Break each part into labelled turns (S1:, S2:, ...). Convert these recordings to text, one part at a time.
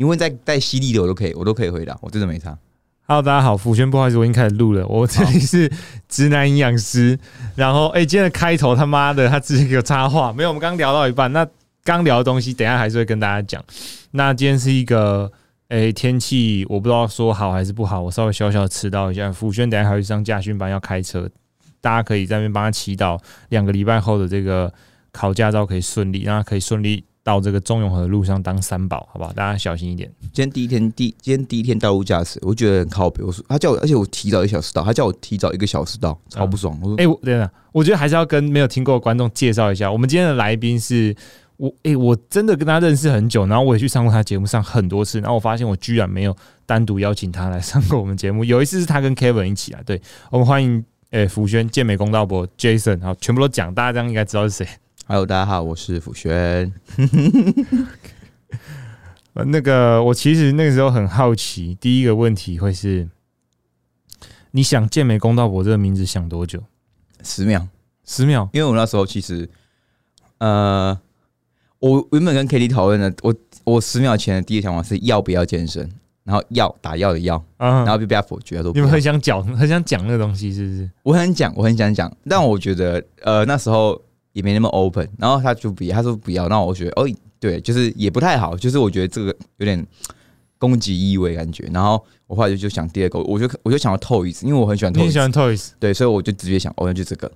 S1: 你问再带犀利的我都可以，我都可以回答，我真的没差。
S2: Hello，大家好，福轩，不好意思，我已经开始录了。我这里是直男营养师。然后，哎、今天的开头他妈的，他直接给我插话。没有，我们刚聊到一半，那刚聊的东西，等一下还是会跟大家讲。那今天是一个，哎、天气我不知道说好还是不好，我稍微小小地迟到一下。福轩等一下还有一上驾训班要开车，大家可以在那边帮他祈祷，两个礼拜后的这个考驾照可以顺利，让他可以顺利到这个中永和的路上当三宝，好不好？大家小心一点。
S1: 今天第一天第今天第一天道路驾驶，我觉得很靠北。我说啊他叫我，而且我提早一小时到，他叫我提早一个小时到，超不爽。我说
S2: 哎、我等等，我觉得还是要跟没有听过的观众介绍一下，我们今天的来宾是我，哎、我真的跟他认识很久，然后我也去上过他节目上很多次，然后我发现我居然没有单独邀请他来上过我们节目，有一次是他跟 Kevin 一起啊，对我们欢迎。哎、福轩、健美公道博、Jason，好，全部都讲，大家这样应该知道是谁。
S1: ：“Hello，大家好，我是辅轩。
S2: 呃那个，我其实那个时候很好奇，第一个问题会是，你想健美公道博这个名字想多久？”
S1: 十秒，
S2: 十秒，
S1: 因为我那时候其实，呃，我原本跟 k d t 讨论的，我我十秒前的第一个想法是要不要健身，然后要打药的药，
S2: 啊，
S1: 然后就被他否决了。说不
S2: 你们
S1: 要
S2: 很想讲，很想讲那个东西，是不是？
S1: 我很讲，我很想讲，但我觉得呃那时候也没那么 open，然后他就不要，他说不要，那我觉得哦对，就是也不太好，就是我觉得这个有点攻击意味感觉，然后我后来就就想第二个，我就我就想要透一次，因为我很喜欢透
S2: 你
S1: 一
S2: 很喜
S1: 次，
S2: 欢 Toys，
S1: 对，所以我就直接想哦那就这个，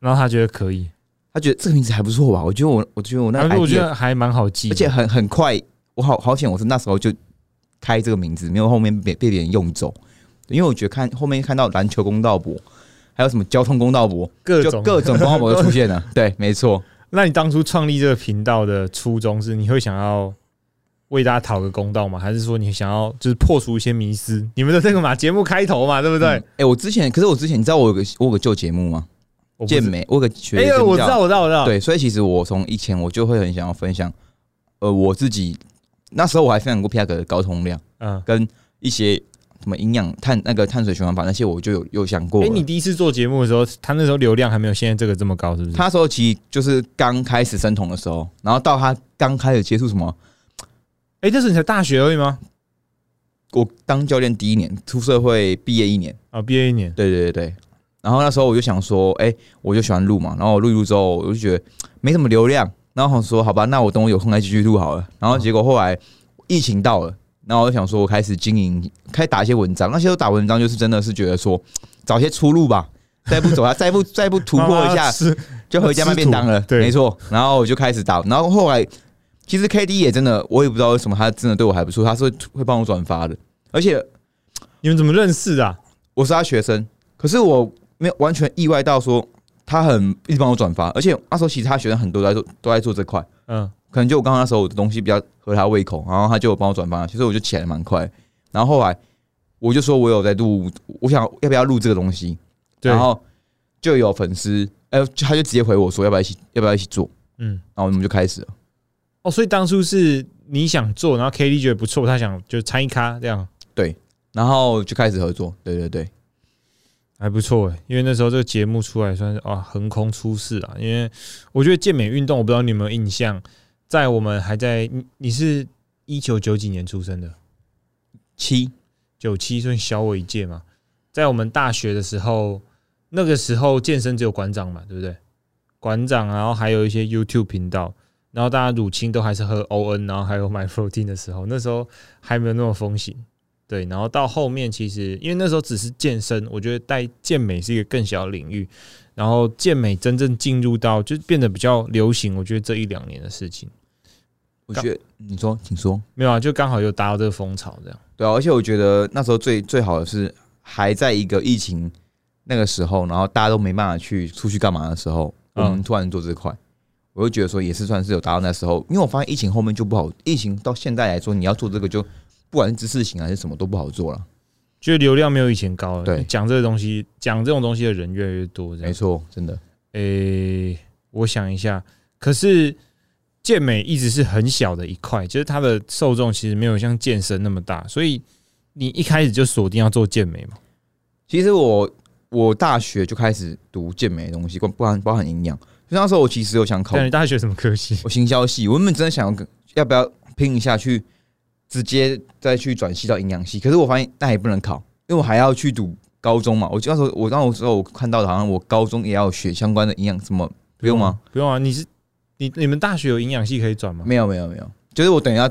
S2: 然后他觉得可以，
S1: 他觉得这个名字还不错吧，我觉得我我觉得我那
S2: 然
S1: 个
S2: 后我觉
S1: idea，
S2: 得还蛮好记的，
S1: 而且很很快，我好好险我是那时候就开这个名字，没有后面被被别人用走，因为我觉得看后面看到篮球公道博，还有什么交通公道博，
S2: 各
S1: 就
S2: 种
S1: 各种公道博都出 现了，啊对，没错。
S2: 那你当初创立这个频道的初衷是，你会想要为大家讨个公道吗？还是说你想要就是破除一些迷思？你们的这个嘛节目开头嘛，对不对
S1: 哎、？我之前可是我之前，你知道我有个我有个旧节目吗？
S2: 我不
S1: 健
S2: 知，
S1: 美，我有个学
S2: 哎
S1: 姐
S2: 呦，我知道，我知道，我知道，，
S1: 对，所以其实我从以前我就会很想要分享，呃，我自己那时候我还分享过皮亚格的高通量
S2: 嗯。
S1: 跟一些什么营养碳那个碳水循环法那些，我就有有想过
S2: 哎、
S1: 了。
S2: 你第一次做节目的时候，他那时候流量还没有现在这个这么高，是不是？
S1: 他那时候其实就是刚开始生酮的时候，然后到他刚开始接触什么，
S2: 哎、那时候你才大学而已吗？
S1: 我当教练第一年，出社会毕业一年，
S2: 啊，毕业一年，
S1: 对对对对。然后那时候我就想说，哎、我就喜欢录嘛。然后我录一录之后，我就觉得没什么流量。然后我想说，好吧，那我等我有空再继续录好了。然后结果后来疫情到了，然后我就想说，我开始经营，开始打一些文章。那些时候打文章就是真的是觉得说，找些出路吧。再不走下， 再不再不突破一
S2: 妈妈
S1: 下，
S2: 啊是
S1: 就回家卖便当了。
S2: 对
S1: 没错。然后我就开始打，然后后来其实 K D 也真的，我也不知道为什么他真的对我还不错，他是会会帮我转发的，而且
S2: 你们怎么认识的、啊？
S1: 我是他学生，可是我没有完全意外到说他很一直帮我转发，而且那时候其实他学生很多都在做都在做这块，
S2: 嗯，
S1: 可能就我刚刚那时候我的东西比较合他胃口，然后他就有帮我转发，其实我就起来得蛮快。然后后来我就说我有在录，我想要不要录这个东西，
S2: 对，
S1: 然后就有粉丝，哎、他就直接回我说要不要一起要不要一起做，
S2: 嗯，
S1: 然后我们就开始了。
S2: 哦，所以当初是你想做，然后 K D 觉得不错，他想就参一咖这样，
S1: 然后就开始合作，对对对，
S2: 还不错诶、欸因为那时候这个节目出来算是啊横空出世啊，因为我觉得健美运动，我不知道你有没有印象，在我们还在你你是一九九几年出生的，
S1: 七
S2: 九七算小我一届嘛，在我们大学的时候，那个时候健身只有馆长嘛，对不对？馆长，然后还有一些 YouTube 频道，然后大家乳清都还是喝 ON，然后还有买 protein 的时候，那时候还没有那么风行。对，然后到后面其实因为那时候只是健身，我觉得带健美是一个更小的领域，然后健美真正进入到就变得比较流行，我觉得这一两年的事情
S1: 我觉得嗯你说，请说。
S2: 没有啊，就刚好又达到这个风潮这样。
S1: 对啊，而且我觉得那时候最最好的是还在一个疫情那个时候，然后大家都没办法去出去干嘛的时候，我
S2: 嗯
S1: 们突然做这块，我就觉得说也是算是有达到那时候，因为我发现疫情后面就不好，疫情到现在来说，你要做这个就不管是知识型还是什么都不好做了。
S2: 觉得流量没有以前高了。
S1: 对
S2: 讲这个东西，讲这种东西的人越来越多。这
S1: 没
S2: 样，
S1: 错，真的
S2: 诶、我想一下，可是健美一直是很小的一块，就是它的受众其实没有像健身那么大，所以你一开始就锁定要做健美嘛？
S1: 其实我我大学就开始读健美的东西，包包含包含营养，就那时候我其实有想考
S2: 但你大学什么科系？
S1: 我行销系，我原本真的想要跟要不要拼一下去直接再去转系到营养系。可是我发现那也不能考，因为我还要去读高中嘛。我就那时候我那时候我看到的好像我高中也要学相关的营养什么，不用吗？？
S2: 不用啊，你是你你们大学有营养系可以转吗？
S1: 没有没有没有，就是我等一下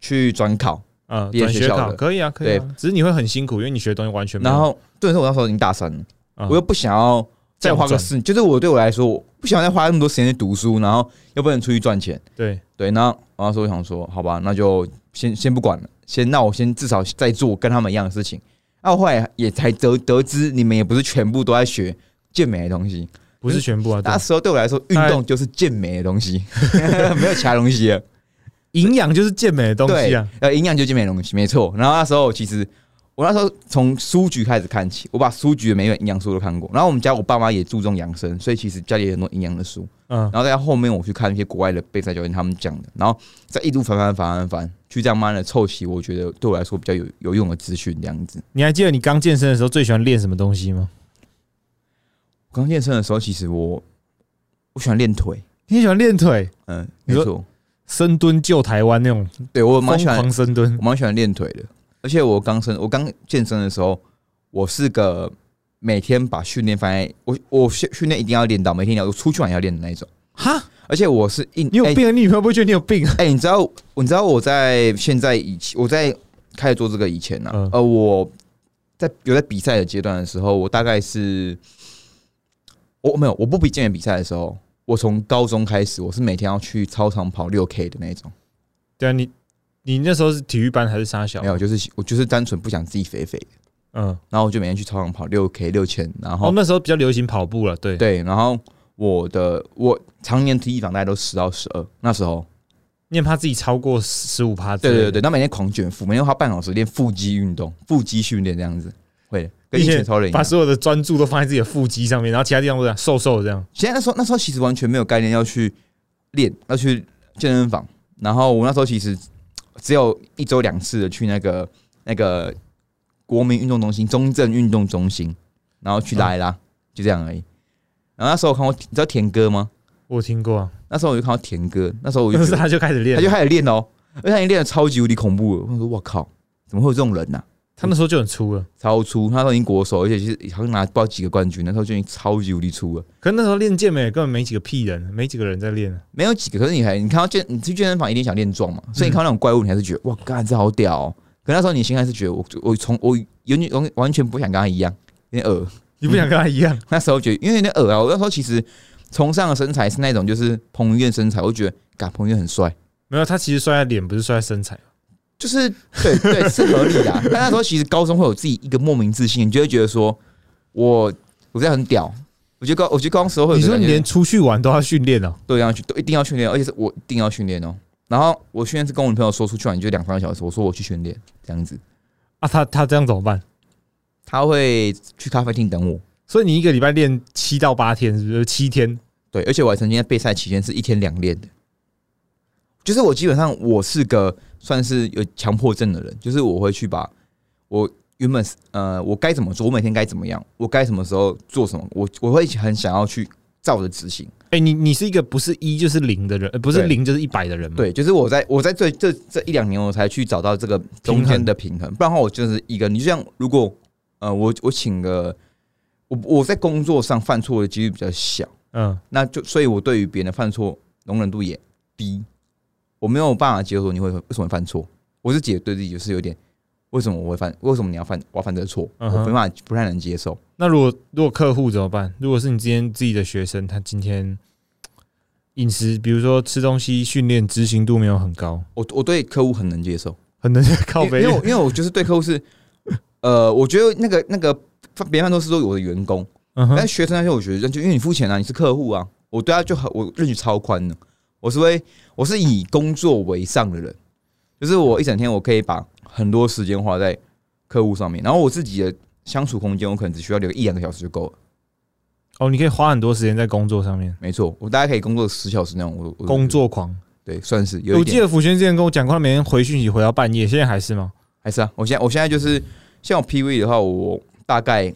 S1: 去转考，
S2: 啊，
S1: 毕业
S2: 转
S1: 学
S2: 学
S1: 校
S2: 考
S1: 的
S2: 可以啊，可以啊。只是你会很辛苦，因为你学的东西完全没有。
S1: 然后对，是我那时候已经大三了，
S2: 嗯
S1: 我又不想要再花个
S2: 这样转
S1: 四，就是我对我来说，我不想再花那么多时间去读书，然后又不能出去赚钱。
S2: 对，
S1: 对，那我那时候想说，好吧，那就先先不管了，先那我先至少在做跟他们一样的事情。那我后来也才得得知，你们也不是全部都在学健美的东西。
S2: 不是全部啊，对
S1: 那时候对我来说，运动就是健美的东西， 没有其他东西了。
S2: 营养就是健美的哎 东西啊。
S1: 呃，营养就健美的东西，没错。然后那时候其实我那时候从书局开始看起，我把书局的每一本营养书都看过。然后我们家我爸妈也注重养生，所以其实家里有很多营养的书。
S2: 嗯，
S1: 然后在后面我去看一些国外的备赛教练他们讲的，然后再一路翻翻翻翻翻，去这样慢慢的凑齐，我觉得对我来说比较有有用的资讯这样子。
S2: 你还记得你刚健身的时候最喜欢练什么东西吗？
S1: 我刚健身的时候，其实我我喜欢练腿，
S2: 你喜欢练腿，
S1: 嗯，
S2: 你
S1: 没
S2: 说
S1: 错，
S2: 深蹲救台湾那种
S1: 对我蛮
S2: 疯
S1: 喜欢
S2: 狂深蹲
S1: 我。蛮喜欢练腿的，而且我刚身我刚健身的时候，我是个每天把训练放在我我训训练一定要练到，每天要我出去玩也要练的那一种。
S2: 哈，
S1: 而且我是一
S2: 你有
S1: 哎
S2: 病啊？你女朋友不会觉得你有病啊？
S1: 哎、你知道你知道我在现在以前我在开始做这个以前呢、啊，
S2: 嗯
S1: 呃，我在有在比赛的阶段的时候，我大概是我没有我不比健美比赛的时候，我从高中开始，我是每天要去操场跑六 K 的那一种，
S2: 对啊，你你那时候是体育班还是沙小
S1: 没？有，就是我就是单纯不想自己肥肥的。
S2: 嗯，
S1: 然后我就每天去操场跑六 K 六千，然后、
S2: 哦，那时候比较流行跑步了，对，
S1: 对，然后我的我常年体脂肪大概都十到十二，那时候
S2: 你也怕自己超过十五趴。
S1: 对对对，对，那每天狂卷腹，每天花半小时练腹肌运动、腹肌训练这样子，会的跟以前超人一
S2: 把
S1: 样。
S2: 所有的专注都放在自己的腹肌上面，然后其他地方都这样瘦瘦的这样。
S1: 现在那时候那时候其实完全没有概念要去练，要去健身房，然后我那时候其实只有一周两次的去那个那个国民运动中心、中正运动中心，然后去拉一拉，就这样而已。然后那时候我看过，你知道田哥吗？
S2: 我听过、啊，
S1: 那时候我就看到田哥，那时候我就
S2: 那
S1: 觉
S2: 时
S1: 得
S2: 候他就开始练
S1: 他
S2: 了，
S1: 就
S2: 他
S1: 开始练哦，而且他已经练的超级无敌恐怖了。我想说，我靠，怎么会有这种人啊呐、
S2: 那时候就很粗了。
S1: 超粗，他都已经国手，而且其实好像拿不知道几个冠军，那时候就已经超级无敌粗了。
S2: 可是那时候练健美根本没几个屁人，没几个人在练啊。
S1: 没有几个，可是你还你看到健，你去健身房一定想练壮
S2: 嗯
S1: 嘛，所以你看到那种怪物，你还是觉得哇，干这好屌、哦。可那时候你心态是觉得我我从我完全完全不想跟他一样，有点恶。
S2: 你不想跟他一样？
S1: 那时候觉得因为有点恶啊，我那时候其实崇尚的身材是那种就是彭于晏身材，我就觉得嘎彭于晏很帅，
S2: 没有，他其实摔在脸，不是摔在身材。
S1: 就是对对是合理的 啊、但那时候其实高中会有自己一个莫名自信，你就会觉得说我我这样很屌。我觉得高我觉得高中时候会有
S2: 你
S1: 这个
S2: 说
S1: 感
S2: 你
S1: 觉
S2: 连出去玩都要训练哦？
S1: 都一定要去都一定要训练，而且是我一定要训练哦。然后我训练是跟我女朋友说出去玩就两三个小时，我说我去训练这样子，
S2: 啊，他他这样怎么办？
S1: 她会去咖啡厅等我。
S2: 所以你一个礼拜练七到八天，是不是？七天？
S1: 对，而且我还曾经在备赛期间是一天两练的，就是我基本上我是个算是有强迫症的人，就是我会去把我原本是呃我该怎么做，我每天该怎么样，我该什么时候做什么，我我会很想要去照着执行。
S2: 哎、你你是一个不是一就是零的人，呃、不是
S1: 对
S2: 零就是一百的人吗？，
S1: 对，就是我在我在这这这一两年，我才去找到这个中间的平衡，不然的话我就是一个，你就像如果呃，我我请个我我在工作上犯错的几率比较小，
S2: 嗯，
S1: 那就所以我对于别人的犯错容忍度也低，我没有办法接受你会为什么会犯错，我自己也对自己就是有点为什么我会犯，为什么你要犯我要犯这个错，
S2: 嗯哼
S1: 我没办法不太能接受。
S2: 那如果如果客户怎么办？如果是你今天自己的学生，他今天饮食，比如说吃东西、训练执行度没有很高，
S1: 我我对客户很能接受，
S2: 很能靠
S1: 因为
S2: 背
S1: 因为我因为我就是对客户是，呃，我觉得那个那个别人都是说我的员工。
S2: 嗯哼
S1: 但是学生那些我觉得就因为你付钱啊，你是客户啊，我对他就很我认识超宽的，我是会我是以工作为上的人，就是我一整天我可以把很多时间花在客户上面，然后我自己的相处空间我可能只需要留一两个小时就够了，
S2: 哦，你可以花很多时间在工作上面，
S1: 没错，我大概可以工作十小时那种，我我
S2: 工作狂。
S1: 对算是有一
S2: 我记
S1: 点，
S2: 得福轩之前跟我讲过，他每天回讯息回到半夜，现在还是吗？
S1: 还是啊，我现在我现在就是像我 PV 的话，我大概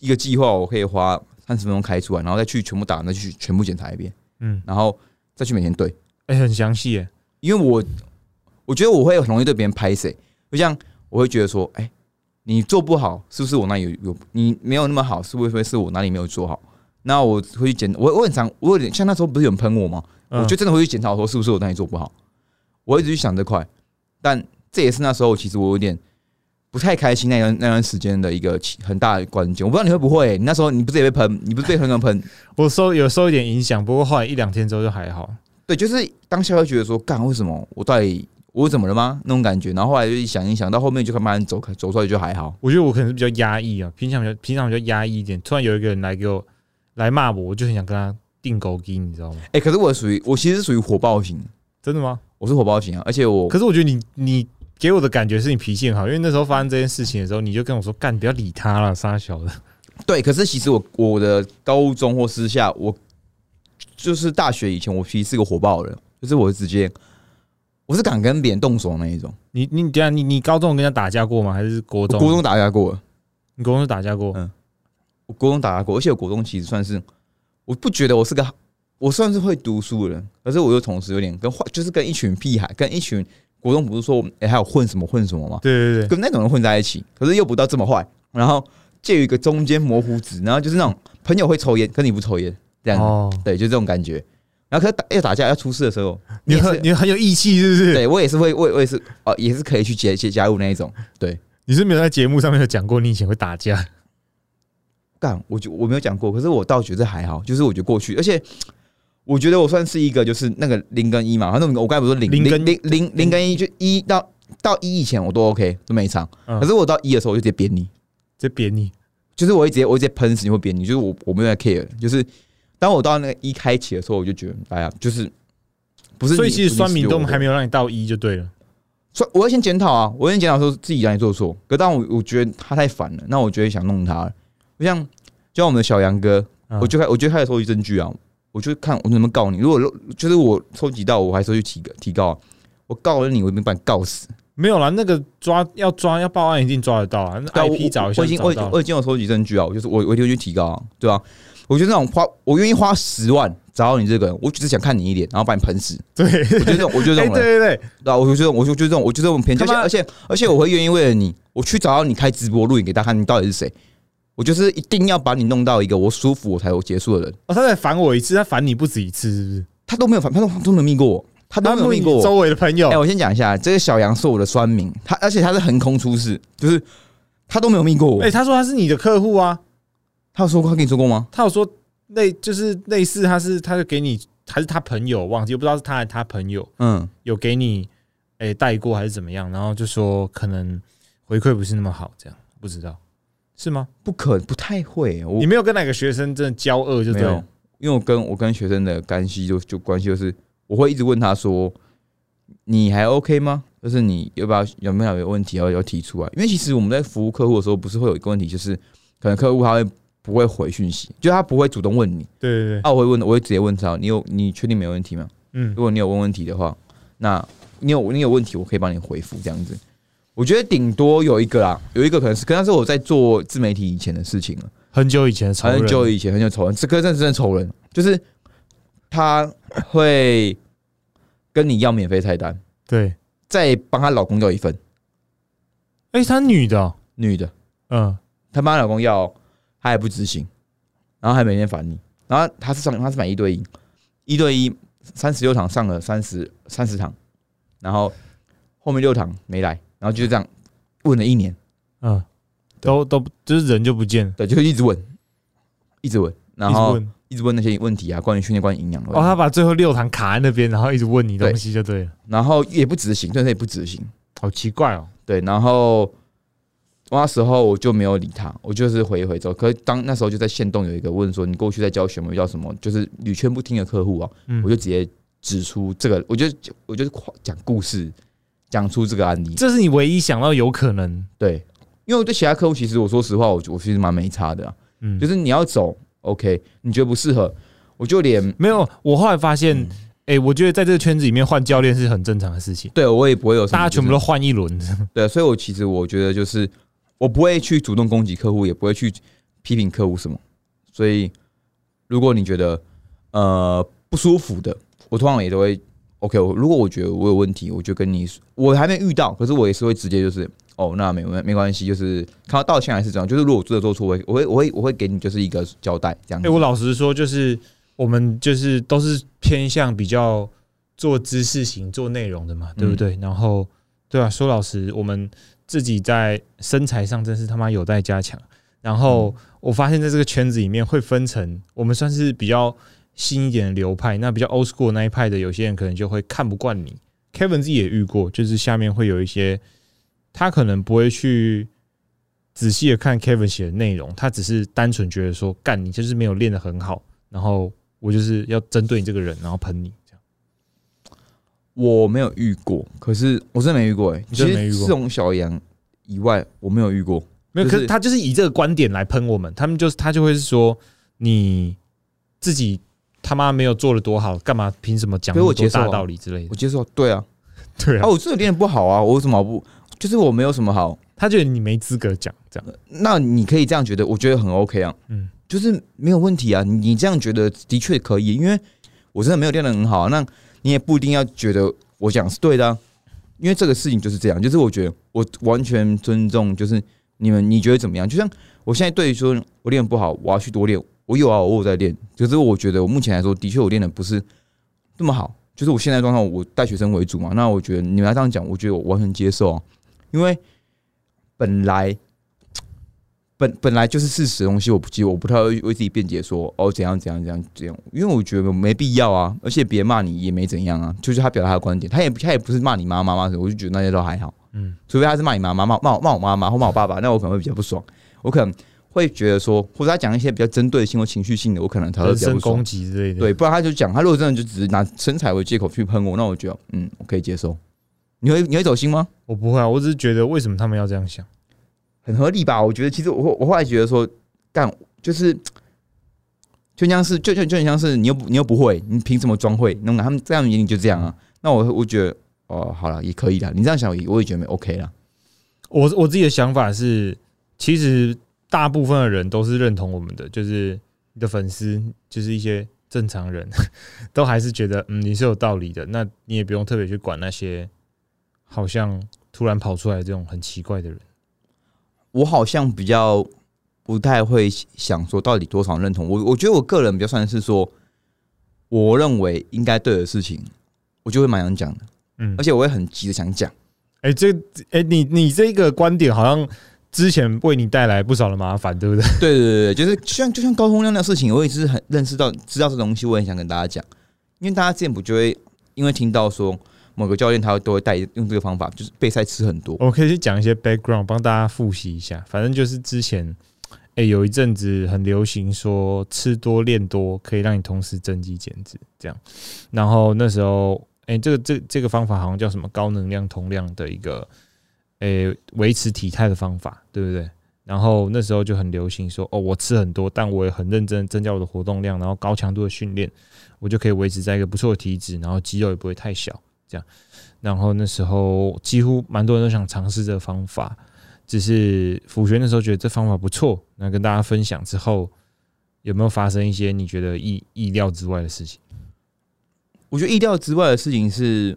S1: 一个计划我可以花三十分钟开出来，然后再去全部打，再去全部检查一遍，
S2: 嗯，
S1: 然后再去每天对。
S2: 哎、很详细耶。
S1: 因为我我觉得我会很容易对别人拍谁，就像我会觉得说，哎、你做不好，是不是我哪里有有你没有那么好，是不是是我哪里没有做好？那我会去检，我我很常，我有点像那时候不是有人喷我吗？
S2: 嗯
S1: 我就真的会去检讨说，是不是我哪里做不好？我一直去想这块，但这也是那时候其实我有点不太开心那段那段时间的一个起很大的关键。我不知道你会不会、你那时候你不是也被喷，你不是被很多人喷？
S2: 我受有受一点影响，不过后来一两天之后就还好。
S1: 对，就是当下会觉得说，干为什么我到底我怎么了吗？那种感觉。然后后来就一想一想，到后面就慢慢走开走出来就还好。
S2: 我觉得我可能是比较压抑啊，平常比较平常比较压抑一点，突然有一个人来给我来骂我，我就很想跟他定狗机，你知道吗？
S1: 哎、可是我属于我其实属于火爆型，
S2: 真的吗？
S1: 我是火爆型啊，而且我
S2: 可是我觉得你你给我的感觉是你脾气很好，因为那时候发生这件事情的时候，你就跟我说干不要理他了，傻小的。
S1: 对，可是其实我我的高中或私下，我就是大学以前，我其实是个火爆的人，就是我直接我是敢跟别人动手那一种。
S2: 你你等一下你你高中有跟人家打架过吗？还是国
S1: 我
S2: 中？
S1: 国中打架过了，
S2: 你国中有打架过？
S1: 嗯我国中打架过，而且我国中其实算是，我不觉得我是个我算是会读书的人，可是我又同时有点跟坏，就是跟一群屁孩，跟一群国中不是说哎、还有混什么混什么吗？
S2: 对对对，
S1: 跟那种人混在一起，可是又不到这么坏，然后介于一个中间模糊值，然后就是那种朋友会抽烟，可你不抽烟这样子。
S2: 哦，
S1: 对，就这种感觉。然后可是打要打架要出事的时候，
S2: 你
S1: 也
S2: 很
S1: 是
S2: 你很有义气是不是？
S1: 对我也是会，我也我也是哦，也是可以去接接加入那一种。
S2: 你是没有在节目上面有讲过你以前会打架，
S1: 干，我就我没有讲过，可是我倒觉得还好，就是我觉得过去，而且我觉得我算是一个就是那个零跟一嘛，反正我刚才不是零
S2: 零跟
S1: 零零零跟一，就一到到一以前我都 OK 都没差，
S2: 嗯
S1: 可是我到一的时候我就直接扁你，
S2: 在扁你。
S1: 就是我会直接我会直接喷死你或扁你，就是我我没有在 care，就是当我到那个一开启的时候，我就觉得哎呀，就是不是你
S2: 所以其实酸民都还
S1: 没。
S2: 没有让你到一就对了。
S1: 所以我会先检讨啊，我会先检讨说自己哪里做错。可当我我觉得他太烦了，那我就会想弄他了。就像就像我们的小杨哥，
S2: 嗯
S1: 我就开我就开始收集证据啊，我就看我能不能告你。如果就是我收集到，我还是会去提提告、啊。我告了你，我一定把你告死。
S2: 没有啦，那个抓要抓要报案一定抓得到啊，那
S1: 对啊我
S2: IP 找一
S1: 我
S2: 下
S1: 已
S2: 就
S1: 经我
S2: 找
S1: 已经
S2: 到了。
S1: 我已经有收集证据啊，我就是我我一定会去提告啊，对啊？我觉得那种花我愿意花十万找到你这个人，我只是想看你一脸，然后把你喷死。
S2: 对，
S1: 我觉得这种，我觉得这
S2: 哎
S1: 种人
S2: 对，对对，
S1: 对啊，我就这种，我就就这种，我就这种偏见，
S2: 他妈
S1: 而且而且而且我会愿意为了你，我去找到你开直播录影给大家看，你到底是谁？我就是一定要把你弄到一个我舒服我才有结束的人。
S2: 哦，他在烦我一次，他烦你不止一次，是不是？
S1: 他都没有反，他都都没有密过我，他都没有
S2: 密
S1: 密过
S2: 你
S1: 我。
S2: 周围的朋友
S1: 哎、，我先讲一下，这个小杨是我的酸民，他而且他是横空出世，就是他都没有密过我。
S2: 哎，他说他是你的客户啊，
S1: 他有说过，他跟你说过吗？
S2: 他有说类就是类似，他是他就给你还是他朋友忘记，我不知道是他还是他朋友
S1: 嗯，
S2: 有给你哎带过还是怎么样，然后就说可能回馈不是那么好，这样不知
S1: 嗯
S2: 道是吗？
S1: 不可不太会，我
S2: 你没有跟哪个学生真的交恶就
S1: 没
S2: 对
S1: 有
S2: 了，，
S1: 因为我跟我跟学生的干系就就关系就是，我会一直问他说，你还 OK 吗？就是你要不要有没有有问题要要提出来？因为其实我们在服务客户的时候，不是会有一个问题，就是可能客户他会不会回讯息，就他不会主动问你，
S2: 对对对，
S1: 啊，我会问，我会直接问他，你有你确定没问题吗？
S2: 嗯
S1: 如，果你有问问题的话，那你有你有问题，我可以帮你回复这样子。我觉得顶多有一个啦，有一个可能是，可能是我在做自媒体以前的事情了。啊
S2: 很久以前的仇人，
S1: 很久以前很久仇人，这个真的真的仇人，就是她会跟你要免费菜单，
S2: 对，
S1: 再帮她老公要一份
S2: 哎，她女的哦，
S1: 女的，
S2: 嗯，
S1: 她帮她老公要，她还不执行，然后还每天烦你，然后她是上她是买一对一，一对一三十六堂上了三十三十堂，然后后面六堂没来，然后就这样问了一年，
S2: 嗯，都都就是人就不见了，
S1: 对，就一直问，一直问，然
S2: 一直
S1: 后
S2: 问
S1: 一直问那些问题啊，关于训练、关于营养的问
S2: 哦，
S1: 题。
S2: 他把最后六堂卡在那边，然后一直问你
S1: 对
S2: 东西就对了，
S1: 然后也不执行，但是也不执行。
S2: 好奇怪哦。
S1: 对，然后我那时候我就没有理他，我就是回一回之后，可是当那时候就在线动有一个问说你过去在教学吗？遇到什么就是屡劝不听的客户啊，
S2: 嗯
S1: 我就直接指出这个，我就我就是讲故事，讲出这个案例。
S2: 这是你唯一想到有可能，
S1: 对，因为我对其他客户其实我说实话，我我其实蛮没差的、啊，
S2: 嗯，
S1: 就是你要走 OK，你觉得不适合，我就连
S2: 没有。我后来发现，哎、我觉得在这个圈子里面换教练是很正常的事情，
S1: 对我也不会有什么
S2: 大家全部
S1: 就是
S2: 都换一轮，
S1: 对，啊所以我其实我觉得就是我不会去主动攻击客户，也不会去批评客户什么。所以如果你觉得呃不舒服的，我通常也都会 OK，我如果我觉得我有问题，我就跟你，说，我还没遇到，可是我也是会直接就是，哦，那没没没关系，就是看到道歉还是怎样，就是如果我真的做错，我会我会我会我会给你就是一个交代这样
S2: 哎、
S1: 子。
S2: 我老实说，就是我们就是都是偏向比较做知识型、做内容的嘛，对不对？然后，对啊，说老实，我们自己在身材上真是他妈有待加强。然后我发现，在这个圈子里面会分成，我们算是比较新一点的流派，那比较 old school 那一派的，有些人可能就会看不惯你。Kevin 自己也遇过，就是下面会有一些他可能不会去仔细的看 Kevin 写的内容，他只是单纯觉得说，干你就是没有练得很好，然后我就是要针对你这个人，然后喷你这样。
S1: 我没有遇过，可是我真的没遇过哎、
S2: 你
S1: 其
S2: 真的没遇
S1: 实
S2: 过
S1: 自从小杨以外，我没有遇过。
S2: 没有，
S1: 就是
S2: 可是他就是以这个观点来喷我们，他们就是他就会是说你自己他妈没有做的多好，干嘛凭什么讲
S1: 可是
S2: 那么
S1: 我
S2: 多
S1: 接受啊
S2: 大道理之类的
S1: 我？接受，对啊，
S2: 对
S1: 啊，
S2: 啊，
S1: 我真的练得不好啊，我有什么好不？就是我没有什么好。
S2: 他觉得你没资格讲这样。
S1: 那你可以这样觉得，我觉得很 OK 啊，
S2: 嗯
S1: 嗯，就是没有问题啊。你你这样觉得的确可以，因为我真的没有练得很好、啊，那你也不一定要觉得我讲是对的、啊，因为这个事情就是这样。就是我觉得我完全尊重，就是你们你觉得怎么样？就像我现在对于说我练得不好，我要去多练，我有啊，我有在练。可是我觉得我目前来说，的确我练的不是那么好，就是我现在状况，我带学生为主嘛。那我觉得你们要这样讲，我觉得我完全接受、啊，因为本来。本本来就是事实的东西，我不记，我不太会为自己辩解说哦怎样怎样怎样怎样，因为我觉得没必要啊，而且别人骂你也没怎样啊，就是他表达他的观点，他也他也不是骂你妈妈妈什么，我就觉得那些都还好，
S2: 嗯
S1: 嗯，除非他是骂你妈妈骂骂我骂我妈妈或骂我爸爸，那我可能会比较不爽，我可能会觉得说，或者他讲一些比较针对性或情绪性的，我可能才会
S2: 人
S1: 比较
S2: 身
S1: 不爽
S2: 攻，击之类的，
S1: 对，，不然他就讲他如果真的就只是拿身材为借口去喷我，那我觉得嗯我可以接受，你会你会走心吗？
S2: 我不会啊，我只是觉得为什么他们要这样想？
S1: 很合理吧？我觉得其实我后我后来觉得说，干就是就像是就就就很像是你又不你又不会，你凭什么装会？那么他们在他们眼里就这样啊。那我我觉得哦，好了，也可以的。你这样想，我也觉得没 OK 啦。
S2: 我我自己的想法是，其实大部分的人都是认同我们的，就是你的粉丝，就是一些正常人， 都还是觉得嗯你是有道理的，那你也不用特别去管那些好像突然跑出来这种很奇怪的人。
S1: 我好像比较不太会想说到底多少认同。我我觉得我个人比较算是说，我认为应该对的事情，我就会蛮想讲的，
S2: 嗯
S1: 而，且我会很急的想讲。
S2: 哎、这哎、你你这个观点好像之前为你带来不少的麻烦，对不对？
S1: 对对对，对就是就像就像高通量的事情，我也是很认识到知道这东西，我也很想跟大家讲，因为大家之前不就会因为听到说某个教练他都会带用这个方法，就是备赛吃很多，
S2: 我可以去讲一些 background，帮大家复习一下。反正就是之前，哎、有一阵子很流行说吃多练多可以让你同时增肌减脂这样。然后那时候，哎、这个这这个方法好像叫什么高能量同量的一个，哎、维持体态的方法，对不对？然后那时候就很流行说，哦，我吃很多，但我也很认真地增加我的活动量，然后高强度的训练，我就可以维持在一个不错的体脂，然后肌肉也不会太小。然后那时候几乎蛮多人都想尝试这个方法，只是辅学那时候觉得这方法不错，那跟大家分享之后，有没有发生一些你觉得意意料之外的事情？
S1: 我觉得意料之外的事情是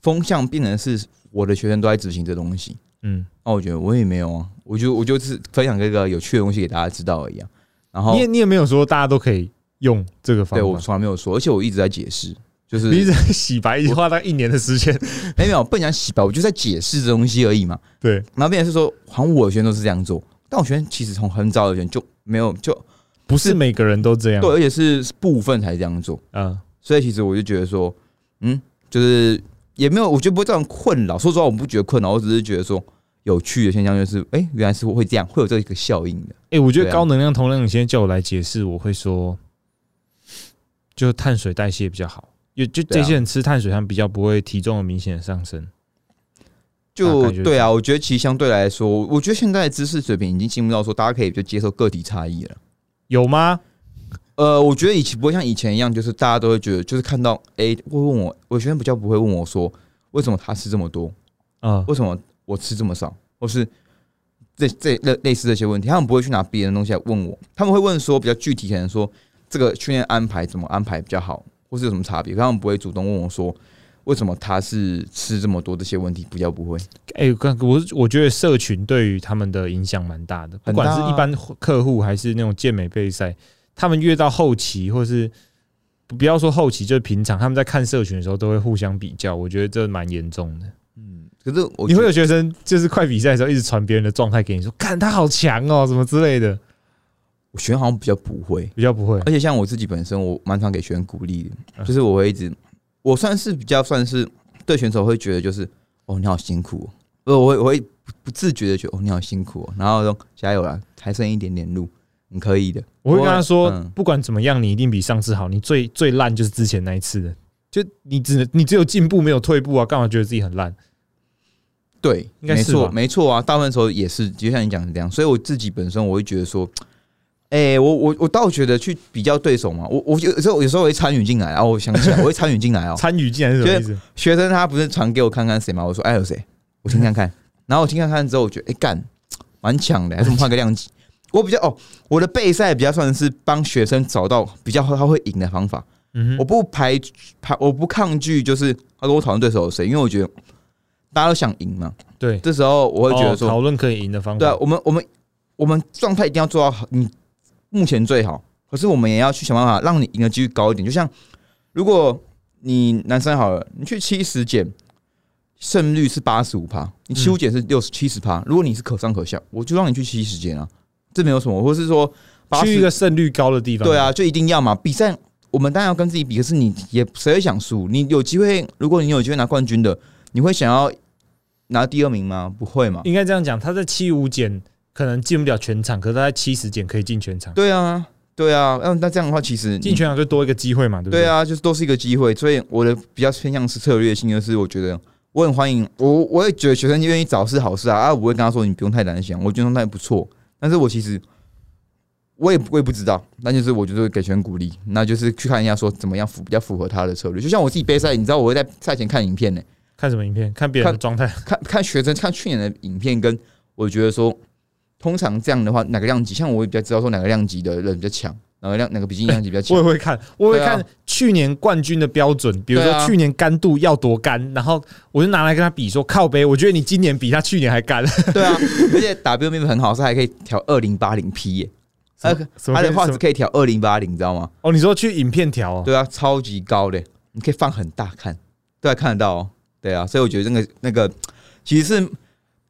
S1: 风向变成是我的学生都在执行这东西，
S2: 嗯，
S1: 那我觉得我也没有啊，我就我就是分享这个有趣的东西给大家知道而已啊。然后
S2: 你也你也没有说大家都可以用这个方
S1: 对我
S2: 法，
S1: 从来没有说，而且我一直在解释，就是
S2: 你一直在 洗白，已经花大概一年的时 间。
S1: 没有没有不想洗白，我就在解释这东西而已嘛。
S2: 对，
S1: 然后变成是说，好像我的学生都是这样做，但我学生其实从很早以前就没有就
S2: 不是每个人都这样。
S1: 对，，而且是部分才这样做，
S2: 嗯，
S1: 所以其实我就觉得说，嗯，就是也没有，我觉得不会造成困扰。说实话，我不觉得困扰，我只是觉得说有趣的现象就是，哎、原来是会这样，会有这个效应的。
S2: 哎、我觉得
S1: 对啊
S2: 高能量同量，你现在叫我来解释，我会说，就碳水代谢比较好，因为就
S1: 对
S2: 这
S1: 啊
S2: 些人吃碳水，他们比较不会体重有明显的上升。大
S1: 就
S2: 概就是
S1: 对啊，我觉得其实相对来说，我觉得现在的知识水平已经进步到说大家可以就接受个体差异了。
S2: 有吗？
S1: 呃，我觉得以前不会像以前一样，就是大家都会觉得，就是看到哎、诶会问我，我学生比较不会问我说，为什么他吃这么多，
S2: 嗯，
S1: 为什么我吃这么少，或是这这类类似这些问题，他们不会去拿别人的东西来问我，他们会问说比较具体，可能说这个训练安排怎么安排比较好，或是有什么差别，他们不会主动问我说为什么他是吃这么多这些问题，比较不会。
S2: 哎、刚我我觉得社群对于他们的影响蛮大的，不
S1: 很大
S2: 管
S1: 啊
S2: 是一般客户还是那种健美备赛，他们越到后期，或是不要说后期，就是平常他们在看社群的时候，都会互相比较。我觉得这蛮严重的。
S1: 嗯，可是我
S2: 你
S1: 觉
S2: 会
S1: 得
S2: 有学生就是快比赛的时候，一直传别人的状态给你说，看他好强哦，什么之类的，
S1: 我学生好像比较不会，
S2: 比较不会。
S1: 而且像我自己本身，我蛮常给学生鼓励的，
S2: 嗯
S1: 就是我会一直，我算是比较算是对选手会觉得就是哦你好辛苦、哦，不是我会我会不自觉的觉得哦你好辛苦、哦，然后说加油啦，还剩一点点路，你可以的。
S2: 我会跟他说，
S1: 嗯
S2: 不管怎么样，你一定比上次好，你最最烂就是之前那一次的，就你只能你只有进步没有退步啊，干嘛觉得自己很烂？
S1: 对，
S2: 应该
S1: 没
S2: 是
S1: 错，
S2: 吧
S1: 没错啊，大部分时候也是，就像你讲的这样。所以我自己本身我会觉得说，哎、我我我倒觉得去比较对手嘛，我我有时候有时候我会参与进来啊，我想起来我会参与进来哦。
S2: 参与竟然是什么意思？
S1: 学生他不是传给我看看谁嘛，我说哎有谁，我听看看，然后我听看看之后，我觉得哎干蛮强的，还是我 们换个量级。我比较哦，我的备赛比较算是帮学生找到比较他会赢的方法。
S2: 嗯
S1: 我
S2: 哼，
S1: 不排排，我不抗拒，就是他跟我讨论对手有谁，因为我觉得大家都想赢嘛。
S2: 对，
S1: 这时候我会觉得
S2: 哦
S1: 说，
S2: 讨论可以赢的方法，
S1: 对啊，我们我们我们状态一定要做到好，你目前最好。可是我们也要去想办法让你赢的几率高一点。就像如果你男生好了，你去七十减，胜率是八十五趴，你七五减是六十七十趴。如果你是可上可下，我就让你去七十减啊，这没有什么。或是说八
S2: 去一
S1: 十，
S2: 个胜率高的地方，
S1: 对啊，，就一定要嘛。比赛我们当然要跟自己比，可是你也谁会想输？你有机会，如果你有机会拿冠军的，你会想要拿第二名吗？不会嘛。
S2: 应该这样讲，他在七五减可能进不了全场，可是他在七十减可以进全场，
S1: 对啊，对啊，那那这样的话，其实你
S2: 进全场就多一个机会嘛，对不
S1: 对，啊，就是都是一个机会。所以我的比较偏向是策略性，就是我觉得我很欢迎，我我也觉得学生愿意找是好事啊啊！我会跟他说，你不用太担心，我觉得状态不错。但是我其实我也我也不知道，那就是我就是给学生鼓励，那就是去看一下说怎么样符比较符合他的策略。就像我自己杯赛，你知道我会在赛前看影片呢、
S2: 看什么影片？看别人的状态，
S1: 看看学生看去年的影片，跟我觉得说，通常这样的话，哪个量级，像我也比较知道说哪个量级的人比较强，哪个量哪个比基尼量级比较
S2: 我
S1: 强
S2: 也。会看，我会
S1: 对啊
S2: 看去年冠军的标准，比如
S1: 对啊
S2: 说去年干度要多干，然后我就拿来跟他比说靠背，我觉得你今年比他去年还 干，
S1: 对啊，而且 WMF 很好，是还可以调二零八零 P 耶，它
S2: 什么什么
S1: 它的呃画
S2: 什
S1: 质
S2: 么
S1: 可以调二零八零，你知道吗？
S2: 哦，你说去影片调哦，
S1: 对啊，超级高的，你可以放很大看，对啊，看得到、哦。对啊，所以我觉得那个那个其实是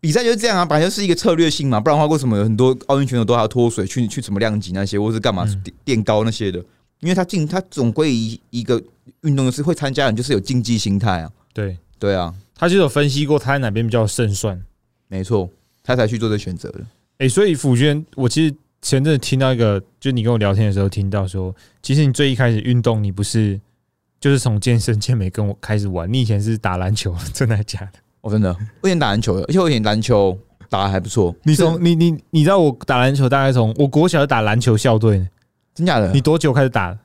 S1: 比赛就是这样啊，本来就是一个策略性嘛，不然的话为什么有很多奥运选手都还要脱水去去什么量级那些，或是干嘛
S2: 嗯
S1: 垫垫高那些的？因为他进他总归一一个运动是会参加的人，就是有竞技心态啊。
S2: 对，
S1: 对啊，
S2: 他就有分析过他在哪边比较有胜算，
S1: 没错，他才去做这选择的。
S2: 哎、所以辅娟，我其实前阵子听到一个，就你跟我聊天的时候听到说，其实你最一开始运动，你不是就是从健身健美跟我开始玩，你以前是打篮球， 哦真的假的？
S1: 我、真的，我以前打篮球的，而且我以前篮球打的还不错。
S2: 你
S1: 是
S2: 从你你你知道我打篮球大概从我国小就打篮球校队呢，
S1: 真假的？
S2: 你多久开始打的？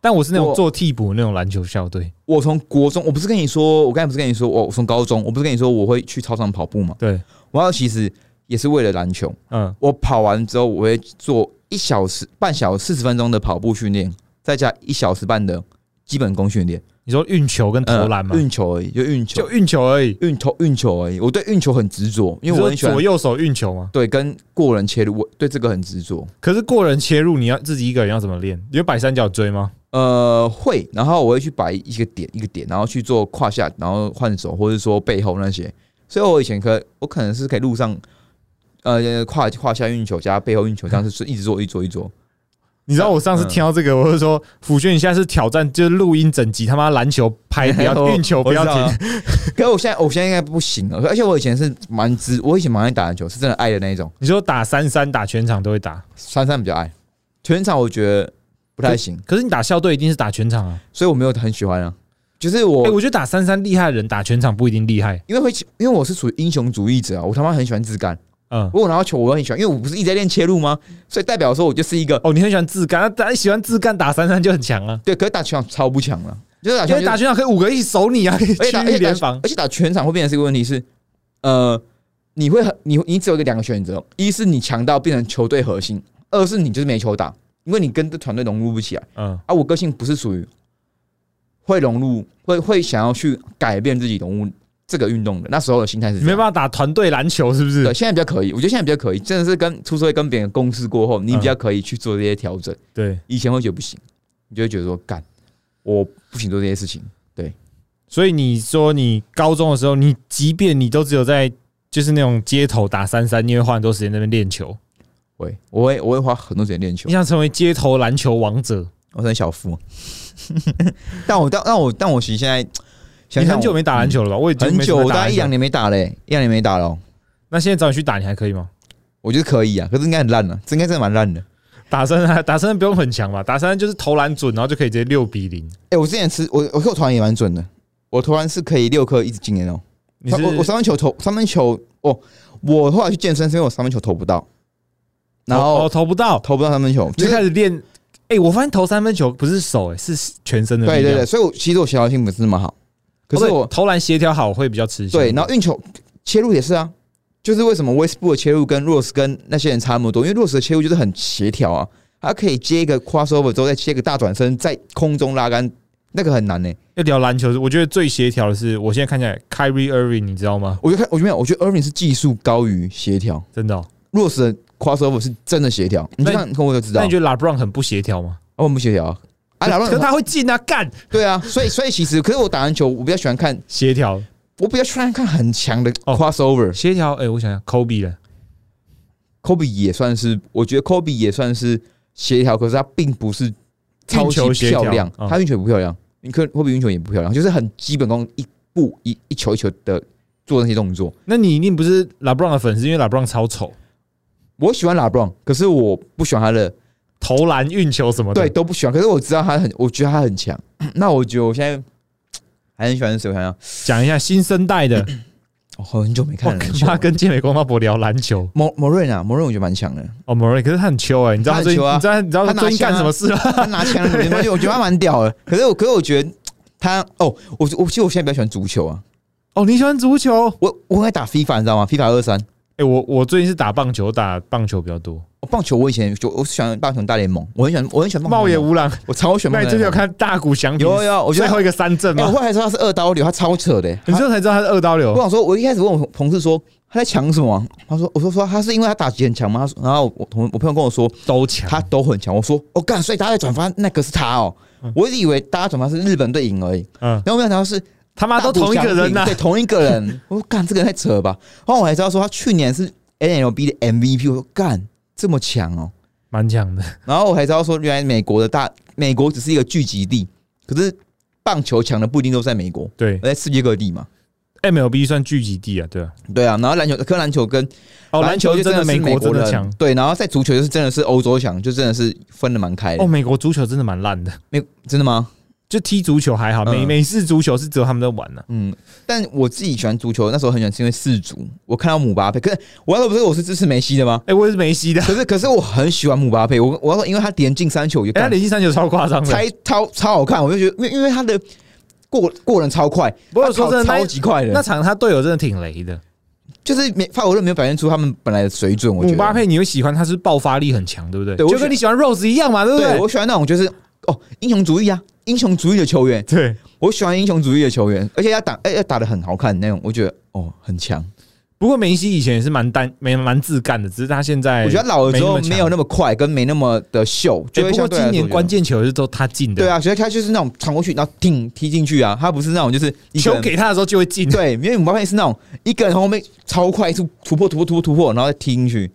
S2: 但我是那种
S1: 嗯我
S2: 做替补那种篮球校队，
S1: 我从国中，我不是跟你说，我刚才不是跟你说，我我从高中，我不是跟你说我会去操场跑步吗？
S2: 对，
S1: 我要其实也是为了篮球。
S2: 嗯，
S1: 我跑完之后，我会做一小时、半小时、四十分钟的跑步训练，再加一小时半的基本功训练，
S2: 你说运球跟投篮嘛
S1: 呃，运球而已，就运球
S2: 就，运球而已，
S1: 运球，运球而已。我对运球很执着，因为我
S2: 你
S1: 很喜
S2: 说
S1: 欢
S2: 左右手运球嘛。
S1: 对跟过人切入，我对这个很执着。
S2: 可是过人切入，你要自己一个人要怎么练？你有摆三角锥吗？
S1: 呃，会，然后我会去摆一个点一个点，然后去做胯下，然后换手，或者说背后那些。所以我以前可我可能是可以路上，呃，胯胯下运球加背后运球，这样是一直做一直做一直做。
S2: 你知道我上
S1: 嗯
S2: 次听到这个，我就说辅轩，你现在是挑战，就是录音整集他妈篮球 拍，不要运球，不要
S1: 哎我知
S2: 停。
S1: 道啊。 可是我现在我现在应该不行了，而且我以前是蛮知，我以前蛮爱打篮球，是真的爱的那一种。
S2: 你说打三三打全场都会打，
S1: 三三比较爱，全场我觉得不太行，
S2: 可是你打校队一定是打全场啊。
S1: 所以我没有很喜欢啊。就是我
S2: 哎，我觉得打三三厉害的人打全场不一定厉害。
S1: 因为会因为我是属于英雄主义者啊，我他妈很喜欢自干。
S2: 嗯，
S1: 如果拿到球，我很喜欢，因为我不是一直在练切入吗？所以代表说我就是一个
S2: 哦，你很喜欢自干，那打喜欢自干打三三就很强啊，
S1: 对，可是打全场超不强了，就是打
S2: 因
S1: 全
S2: 为打
S1: 场
S2: 全场可以五个一起守你啊，可以
S1: 就是，而且哎
S2: 区
S1: 打而
S2: 域
S1: 且
S2: 联
S1: 打
S2: 防。
S1: 而且打全场会变成是一个问题是，呃，你会很你你只有一个两个选择，一是你强到变成球队核心，二是你就是没球打，因为你跟这团队融入不起来
S2: 嗯，
S1: 啊。我个性不是属于会融入，会会想要去改变自己融入这个运动的。那时候的心态是
S2: 你
S1: 这
S2: 没
S1: 样
S2: 办法打团队篮球，是不
S1: 对，
S2: 是？
S1: 现在比较可以，我觉得现在比较可以，真的是跟出社会跟别人共事过后，你比
S2: 嗯
S1: 较可以去做这些调整。
S2: 对，
S1: 以前会觉得不行，你就会觉得说干，我不行做这些事情。
S2: 所以你说你高中的时候，你即便你都只有在就是那种街头打三三，你也会花很多时间在那边练球。
S1: 会，我会我会花很多时间练球
S2: 你，想成为街头篮球王者，
S1: 我是很小夫。 但我但但我但我其实现在想
S2: 你
S1: 想
S2: 很久
S1: 我
S2: 没打篮球了吧？我也
S1: 很久，我大概一两
S2: 年。
S1: 年没打嘞、一两年没打了哦、
S2: 那现在找你去打，你还可以吗？
S1: 我觉得可以啊，可是应该很烂了、这应该真的蛮烂的。
S2: 打三三，打三三不用很强吧？打三三就是投篮准，然后就可以直接六比零。
S1: 哎、我之前吃我我投篮也蛮准的，我投篮是可以六颗一直进的哦。
S2: 你是
S1: 我我三分球投三分球，哦，我后来去健身是因为我三分球投不到，然
S2: 哦
S1: 后
S2: 哦投不到，
S1: 投不到三分球，就
S2: 你就是开始练。哎，我发现投三分球不是手，哎，是全身的力
S1: 对
S2: 量。
S1: 对对，所以我其实我协调性不是那么好，可
S2: 哦
S1: 是
S2: 对
S1: 我
S2: 投篮协调好会比较吃香。
S1: 对，然后运球切入也是啊，就是为什么 Westbrook 的切入跟 Rose 跟那些人差那么多，因为 Rose 的切入就是很协调啊，他可以接一个 crossover 之后再切一个大转身，在空中拉杆，那个很难呢、
S2: 要聊篮球，我觉得最协调的是，我现在看起来 Kyrie Irving，你知道吗？
S1: 我就看，我就没有，我觉得 Irving 是技术高于协调
S2: 真的哦、
S1: ，Rose 的 crossover 是真的协调，你
S2: 那
S1: 就看跟我就知道，
S2: 那
S1: 啊
S2: 你觉得 LeBron 很不协调吗？
S1: 我们不协调啊，啊，打
S2: 可可
S1: 乱
S2: 他会进啊，干
S1: 对啊，所以所以其实，可是我打篮球，我比较喜欢看，
S2: 协调
S1: 我比较喜欢看很强的
S2: 哦
S1: crossover。
S2: 协调。哎、我想想，Kobe 了，
S1: Kobe 也算是，我觉得 Kobe 也算是协调，可是他并不是超
S2: 运球
S1: 级
S2: 协调
S1: 漂亮，
S2: 嗯
S1: 他运球也不漂亮，你可 Kobe 运球也不漂亮，就是很基本功，一步一一球一球的做那些动作。
S2: 那你一定不是 LeBron 的粉丝，因为 LeBron 超丑，
S1: 我喜欢 LeBron，可是我不喜欢他的
S2: 投篮、运球什么的。
S1: 对，，都不喜欢。可是我知道他很，我觉得他很强。 那我觉得我现在还很喜欢谁？我想想，
S2: 讲一下新生代的，
S1: 我嗯很久没
S2: 我
S1: 看篮球
S2: 妈。跟健美光妈博聊篮球。
S1: 莫莫瑞啊，莫瑞我觉得蛮强的，
S2: 哦 m u r r a y 可是他很秋哎、你知道他最近，
S1: 他很秋
S2: 你知道你知道
S1: 他
S2: 他
S1: 拿
S2: 最近干
S1: 下啊
S2: 什么事吗？
S1: 他拿枪的，我觉得我觉得他蛮屌的。可是我，可是我觉得他哦，我我其实我现在比较喜欢足球啊，
S2: 哦，你喜欢足球？
S1: 我我很爱打 FIFA，你知道吗？FIFA 二三，
S2: 哎、我我最近是打棒球，打棒球比较多。
S1: 哦棒球我以前就我喜欢棒球大联盟，我很喜欢，我很喜欢棒球
S2: 茂
S1: 大
S2: 野
S1: 联盟，
S2: 无郎，
S1: 我超喜欢
S2: 那
S1: 棒
S2: 你
S1: 球大
S2: 最近
S1: 联盟。
S2: 有看大谷翔平
S1: 有有，我觉
S2: 最
S1: 得
S2: 后一个三振
S1: 哎，我
S2: 吗？嗯
S1: 后来知道他是二刀流，他超扯的。
S2: 你
S1: 他
S2: 之后才知道他是二刀
S1: 我
S2: 流，
S1: 想说，我一开始问我同事说他在抢什么啊，他说我说说他是因为他打击很强吗？他说，然后我同我朋友跟我说
S2: 都强。
S1: 他都很强，我说哦干，所以大家在转发那个是他哦，我一直以为大家转发是日本队赢而已，
S2: 嗯，
S1: 然后没想到是
S2: 他妈都同一个人啊呐、
S1: 对，同一个 人。我说干，这个人太扯了吧。然后我还知道说他去年是 NLB 的 MVP，我说干这么强哦。
S2: 蛮强的。
S1: 然后我还知道说，原来美国的大美国只是一个聚集地，可是棒球强的不一定都在美国，
S2: 对
S1: 而在世界各地嘛。
S2: ，MLB 算聚集地啊，对啊。
S1: 对啊，然后篮球，可篮球跟
S2: 哦，篮球
S1: 就
S2: 真
S1: 的
S2: 美
S1: 是
S2: 国真的
S1: 人
S2: 强。
S1: 对，然后在足球就是真的是欧洲强，就真的是分的蛮开的。
S2: 哦，
S1: 哦，
S2: 美国足球真的蛮烂的，
S1: 没真的吗？
S2: 就踢足球还好，美
S1: 嗯
S2: 美式足球是只有他们在玩呢、
S1: 嗯，但我自己喜欢足球，那时候很喜欢是因为世足，我看到姆巴佩，可是我要说不是我是支持梅西的吗？
S2: 哎、我也是梅西的，
S1: 可是可是我很喜欢姆巴佩，我我要说，因为他连进三球，我就
S2: 哎、他
S1: 干
S2: 连进三球超夸张的。
S1: 才超超好看，我就觉得，因为因为他的过过人超快，
S2: 不过说
S1: 超
S2: 真的，
S1: 超
S2: 那
S1: 级快
S2: 那
S1: 的，
S2: 场他队友真的挺雷的。
S1: 就是没法国队没有表现出他们本来的水准，我觉得。
S2: 姆巴佩，你会喜欢他是爆发力很强，对不对？
S1: 对我
S2: 就跟你喜欢 Rose 一样嘛，对不
S1: 对
S2: 对？
S1: 我喜欢那种就是哦英雄主义啊，英雄主义的球员，
S2: 对。
S1: 我喜欢英雄主义的球员，而且要打哎要打的很好看那种，我觉得哦很强。
S2: 不过梅西以前也是蛮单蛮蛮自干的，只是他现在
S1: 我觉得老了之后
S2: 没那么强
S1: 没有那么快，跟没那么的秀，
S2: 哎
S1: 就会
S2: 不
S1: 相
S2: 过
S1: 对来说
S2: 今年
S1: 觉得
S2: 关。键球也是都他进的，
S1: 对，啊，所以他就是那种传过去，然后顶踢进去啊，他不是那种就是一个
S2: 球
S1: 人
S2: 给他的时候就会进。
S1: 对，因为姆巴佩是那种一个人从后面超快速突破、突破、突破、突破，然后再踢进去。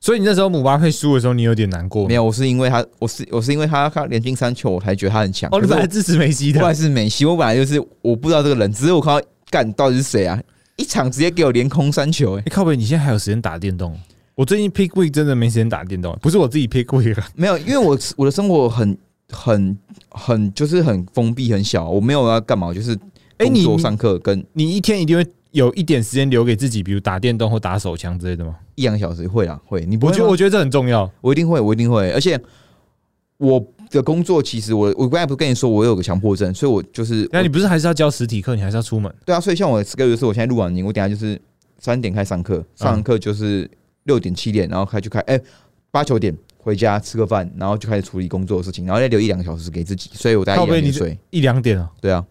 S2: 所以你那时候姆巴佩输的时候，你有点难过吗
S1: 没。有，我是因为他，我是我是因为他他连进三球，我才觉得他很强。
S2: 哦，你
S1: 可
S2: 本来
S1: 是
S2: 支持梅西
S1: 我本
S2: 的，
S1: 来是梅西，我本来就是我不知道这个人，只是我看到干到底是谁啊，一场直接给我连空三球、欸，
S2: 哎，靠北，你现在还有时间打电动？我最近 pick week 真的没时间打电动，不是我自己 pick week 啊了。
S1: 没有，因为我我的生活很很很就是很封闭很小，我没有要干嘛，我就是
S2: 哎
S1: 工
S2: 你
S1: 作
S2: 你
S1: 上课跟
S2: 你一天一定会有一点时间留给自己，比如打电动或打手枪之类的吗？
S1: 一两个小时会啊会，你不
S2: 我
S1: 会
S2: 觉得
S1: 吗
S2: 我觉得这很重要。
S1: 我一定会，我一定会。而且我的工作，其实我我刚才不是跟你说我有个强迫症，所以我就是
S2: 啊那你不是还是要教实体课，你还是要出门？
S1: 对啊，所以像我的 schedule 就是我现在录完音，我等一下就是三点开始上课，上完课就是六点七点，然后开去开哎八九点回家吃个饭，然后就开始处理工作的事情，然后再留一两个小时给自己，所以我大概
S2: 靠
S1: 一
S2: 背
S1: 两
S2: 你
S1: 点
S2: 这
S1: 睡。
S2: 一两点啊？
S1: 对啊，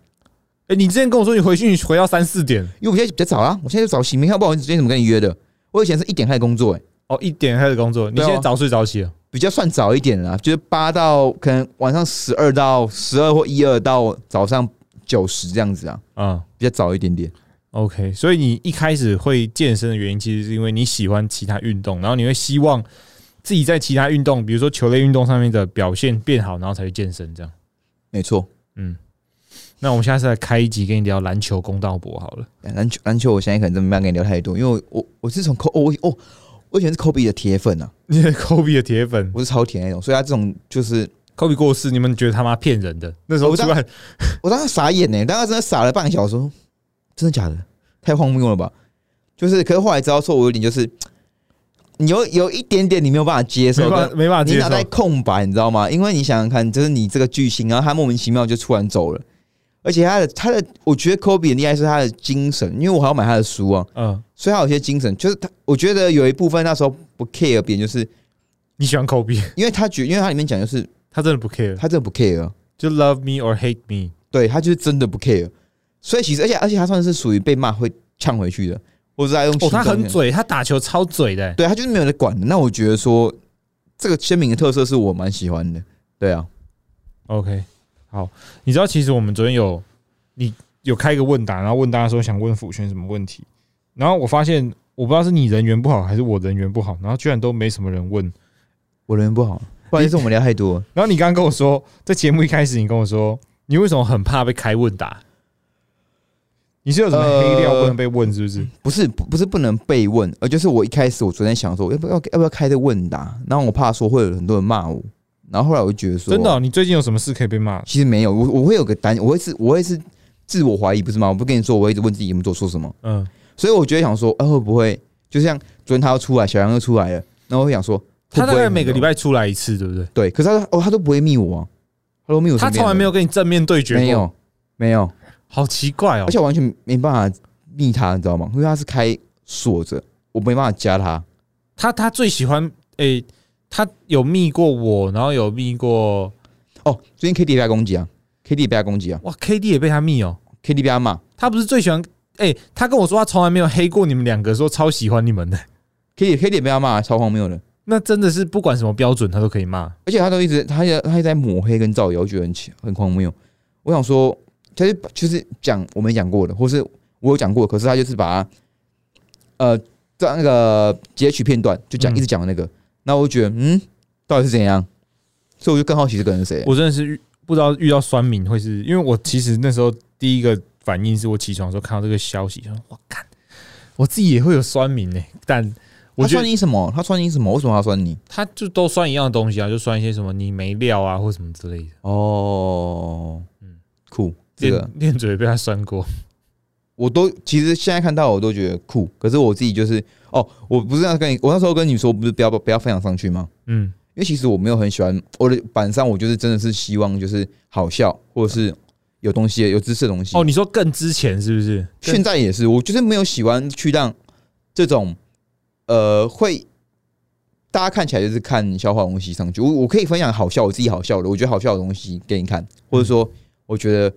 S2: 哎，你之前跟我说你回去你回到三四点，
S1: 因为我现在比较早啦，啊我现在就早醒，没看不好意思，今天怎么跟你约的？我以前是一点开始工作、欸，
S2: 哦，一点开始工作，你
S1: 对啊
S2: 现在早睡早起了，
S1: 比较算早一点啦，就是八到可能晚上十二到十二或一二到早上九十这样子啊，
S2: 嗯。
S1: 比较早一点点。
S2: OK，所以你一开始会健身的原因，其实是因为你喜欢其他运动，然后你会希望自己在其他运动，比如说球类运动上面的表现变好，然后才去健身这样。
S1: 没错，
S2: 那我们下次来开一集跟你聊篮球公道博好了。
S1: 篮球篮球我现在可能真没办法跟你聊太多，因为我我我是从 Ko 哦我哦我以前是 Kobe 的铁粉啊，
S2: 你是 Kobe 的铁粉
S1: 我是超铁那种，所以他这种就是
S2: ，Kobe 过世，你们觉得他妈骗人的？那时候
S1: 我
S2: 突
S1: 当
S2: 然，
S1: 我当时傻眼呢、欸，当时真的傻了半个小时，我说真的假的？太荒谬了吧！就是，可是后来知道错，我有点就是，你有有一点点你没有办法接受，
S2: 没办
S1: 跟
S2: 法没办法
S1: 你
S2: 接
S1: 脑袋
S2: 受，
S1: 空白，你知道吗？因为你想想看，就是你这个巨星，然后他莫名其妙就突然走了，而且他的他的，我觉得 Kobe 很厉害是他的精神，因为我还要买他的书啊，
S2: 嗯，
S1: 所以他有些精神，就是他，我觉得有一部分那时候不 care 别人，就是
S2: 你喜欢 Kobe，
S1: 因为他觉，因为他里面讲就是
S2: 他真的不 care，
S1: 他真的不 care，
S2: 就 love me or hate me。
S1: 对他就是真的不 care，所以其实而且而且他算是属于被骂会呛回去的，或者他用
S2: 哦，
S1: 行
S2: 他
S1: 动
S2: 很
S1: 的
S2: 嘴，他打球超嘴的欸、
S1: 对他就是没有人管的。那我觉得说这个鲜明的特色是我蛮喜欢的，对啊，
S2: OK，好，你知道其实我们昨天有你有开一个问答，然后问大家说想问辅轩什么问题，然后我发现我不知道是你人缘不好还是我人缘不好，然后居然都没什么人问。
S1: 我人缘不好，不好意思，我们聊太多 了。
S2: 然后你刚刚跟我说，在节目一开始你跟我说，你为什么很怕被开问答？你是有什么黑料不能被问是不是？
S1: 不是不不是不能被问，而就是我一开始我昨天想说要不要要不要开这问答，然后我怕说会有很多人骂我，然后后来我就觉得说
S2: 真的哦、你最近有什么事可以被骂？
S1: 其实没有，我我会有个担，我会是我会是自我怀疑，不是吗？我不跟你说，我会一直问自己有没有做错什么。
S2: 嗯，
S1: 所以我觉得想说，啊，会不会就像昨天他要出来，小杨又出来了，那我会想说，
S2: 他大
S1: 会不
S2: 概
S1: 会
S2: 每个礼拜出来一次，对不对？
S1: 对，可是他哦，他都不会密我、啊，他都密我身
S2: 他
S1: 边的人，
S2: 从来没有跟你正面对决过，
S1: 没有没有，
S2: 好奇怪哦
S1: 而。且我完全没办法密他，你知道吗？因为他是开锁着，我没办法加他。
S2: 他他最喜欢诶、他有密过我，然后有密过
S1: 哦，最近 K D 被他攻击啊，K D 被他攻击啊
S2: 哇，K D 也被他密哦。
S1: ，K D 被他骂
S2: 他不是最喜欢诶、他跟我说他从来没有黑过你们两个，说超喜欢你们的。
S1: ，K D K D 被他骂，超荒谬的。
S2: 那真的是不管什么标准，他都可以骂。
S1: 而且他都一直，他也他一直在抹黑跟造谣，我觉得很奇很荒谬。我想说，他就就是讲我没讲过的，或是我有讲过，可是他就是把它呃，在那个截取片段就讲、
S2: 嗯
S1: 一直讲的那个，那我就觉得嗯，到底是怎样？所以我就更好奇这个人是谁。
S2: 我真的是遇不知道遇到酸民会是因为我其实那时候第一个反应是我起床的时候看到这个消息，想说我看我自己也会有酸民呢、但我
S1: 他
S2: 觉
S1: 算
S2: 得
S1: 你什么？他算你什么？为什么他算你？
S2: 他就都酸一样的东西啊，就酸一些什么你没料啊或什么之类的。
S1: 哦，
S2: 嗯
S1: 嗯，酷，这个
S2: 练练嘴被他酸过，
S1: 我都其实现在看到我都觉得酷，可是我自己就是哦，我不是要跟你，我那时候跟你说不是不要不要分享上去吗？
S2: 嗯，
S1: 因为其实我没有很喜欢我的板上，我就是真的是希望就是好笑，或者是有东西有知识的东西。
S2: 哦，，你说更之前是不是？更
S1: 现在也是，我就是没有喜欢去让这种呃会大家看起来就是看笑话的东西上去。我我可以分享好笑，我自己好笑的，我觉得好笑的东西给你看，或者说我觉得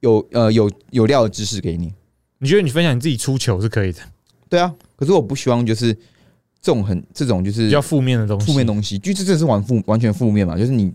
S1: 有呃有有料的知识给你。
S2: 你觉得你分享你自己出糗是可以的，
S1: 对啊，可是我不希望就是这种很这种就是
S2: 比较负面的东西。
S1: 负面东西，就这这是完负完全负面嘛，就是你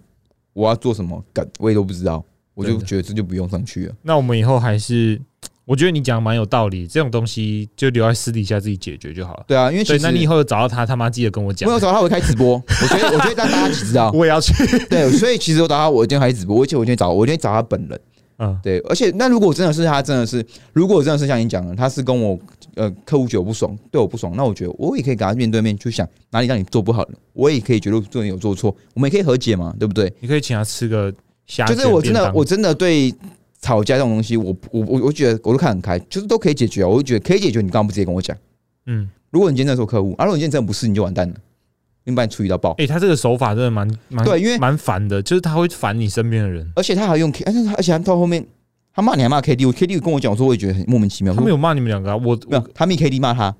S1: 我要做什么，干我也都不知道，我就
S2: 真的
S1: 觉得这就不用上去了。
S2: 那我们以后还是，我觉得你讲得蛮有道理，这种东西就留在私底下自己解决就好了。
S1: 对啊，因为其
S2: 对，
S1: 实
S2: 那你以后找到他，他妈记得跟我讲
S1: 我。有找他，我会开直 播，我觉得我觉得让大家一起知道，
S2: 我也要去。
S1: 啊对，所以其实我找他，我一定开直播，而且我今天找我今天找他本人，
S2: 嗯，
S1: 对，而且那如果真的是他真的是，如果真的是像你讲的，他是跟我呃客户觉得我不爽，对我不爽，那我觉得我也可以跟他面对面去想哪里让你做不好的，我也可以觉得做你有做错，我们也可以和解嘛，对不对？
S2: 你可以请他吃个虾
S1: 就
S2: 卷
S1: 是我真
S2: 便
S1: 的
S2: 当
S1: 我真的对吵架这种东西，我我我我觉得我都看很开，就是都可以解决啊。我就觉得可以解决，你干嘛不直接跟我讲？
S2: 嗯，
S1: 如果你今天真的说客户，啊，如果你今天真的不是，你就完蛋了，你把你处理到爆。
S2: 哎、他这个手法真的蛮蛮
S1: 对因为
S2: 蛮烦的，就是他会烦你身边的人。
S1: 而且他还用 K，而且他而哎且他到后面他骂你还骂 KD，我 KD 跟我讲，我说我也觉得很莫名其妙。
S2: 他没
S1: 有
S2: 有骂你们两个啊，我
S1: 没有
S2: 我，
S1: 他密 KD 骂他，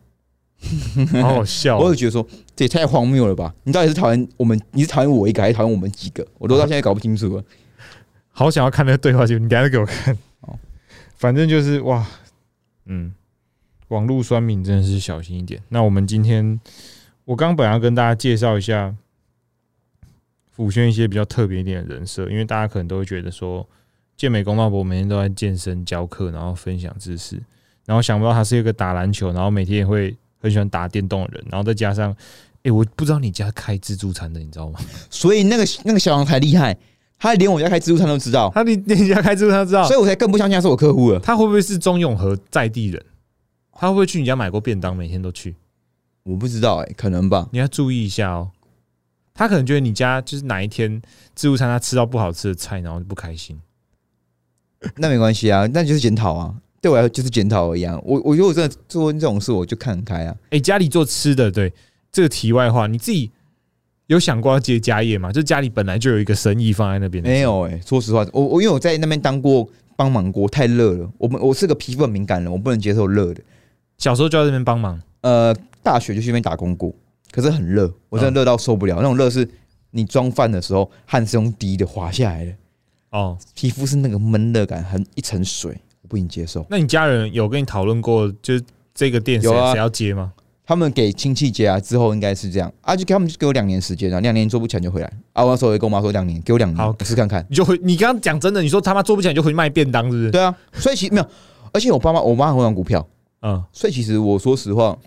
S2: 好好笑
S1: 我
S2: 哦、
S1: 会觉得说这也太荒谬了吧？你到底是讨厌我们，你是讨厌我一个，还是讨厌我们几个？我都到现在搞不清楚了。
S2: 好想要看那个对话记录，你等一下再给我看。哦
S1: 好，
S2: 反正就是哇，嗯，网络酸民真的是小心一点。那我们今天，我刚本来要跟大家介绍一下辅轩一些比较特别一点的人设，因为大家可能都会觉得说，健美公道博每天都在健身教课，然后分享知识，然后想不到他是一个打篮球，然后每天也会很喜欢打电动的人，然后再加上，诶，我不知道你家开自助餐的，你知 道吗？
S1: 所以那个那个小杨才厉害，他连我家开自助餐都知道，
S2: 他你 你家开自助餐知道？
S1: 所以我才更不相信他是我客户了。
S2: 他会不会是中永和在地人？他会不会去你家买过便当，每天都去？
S1: 我不知道哎、可能吧。
S2: 你要注意一下哦。他可能觉得你家就是哪一天自助餐他吃到不好吃的菜，然后就不开心。
S1: 那没关系啊，那就是检讨啊。对我来说就是检讨而已啊。我我如果真的做这种事，我就看开啊。
S2: 哎、家里做吃的，对这个题外话，你自己有想过要接家业吗？就家里本来就有一个生意放在那边的，
S1: 没有哎、说实话，我我因为我在那边当过帮忙过，太热了。我们我是个皮肤很敏感人，我不能接受热的。
S2: 小时候就在这边帮忙。
S1: 呃，大学就去那边打工过，可是很热，我真的热到受不了。那种热是你装饭的时候汗是用滴的滑下来的，
S2: 哦，
S1: 皮肤是那个闷热感，很一层水，我不能接受。
S2: 那你家人有跟你讨论过，就是这个店谁
S1: 有啊
S2: 谁要接吗？
S1: 他们给亲戚接啊，之后应该是这样啊，就给他们就给我两年时间啊，两年做不起来就回来啊。我那时候我就跟我妈说两年，给我两年，
S2: 好
S1: 我试看看。
S2: 你就回，你刚刚讲真的，你说他妈做不起来你就回去卖便当，是不是？
S1: 对啊，所以其实没有，而且我爸妈我妈很会玩股票，
S2: 嗯，
S1: 所以其实我说实话，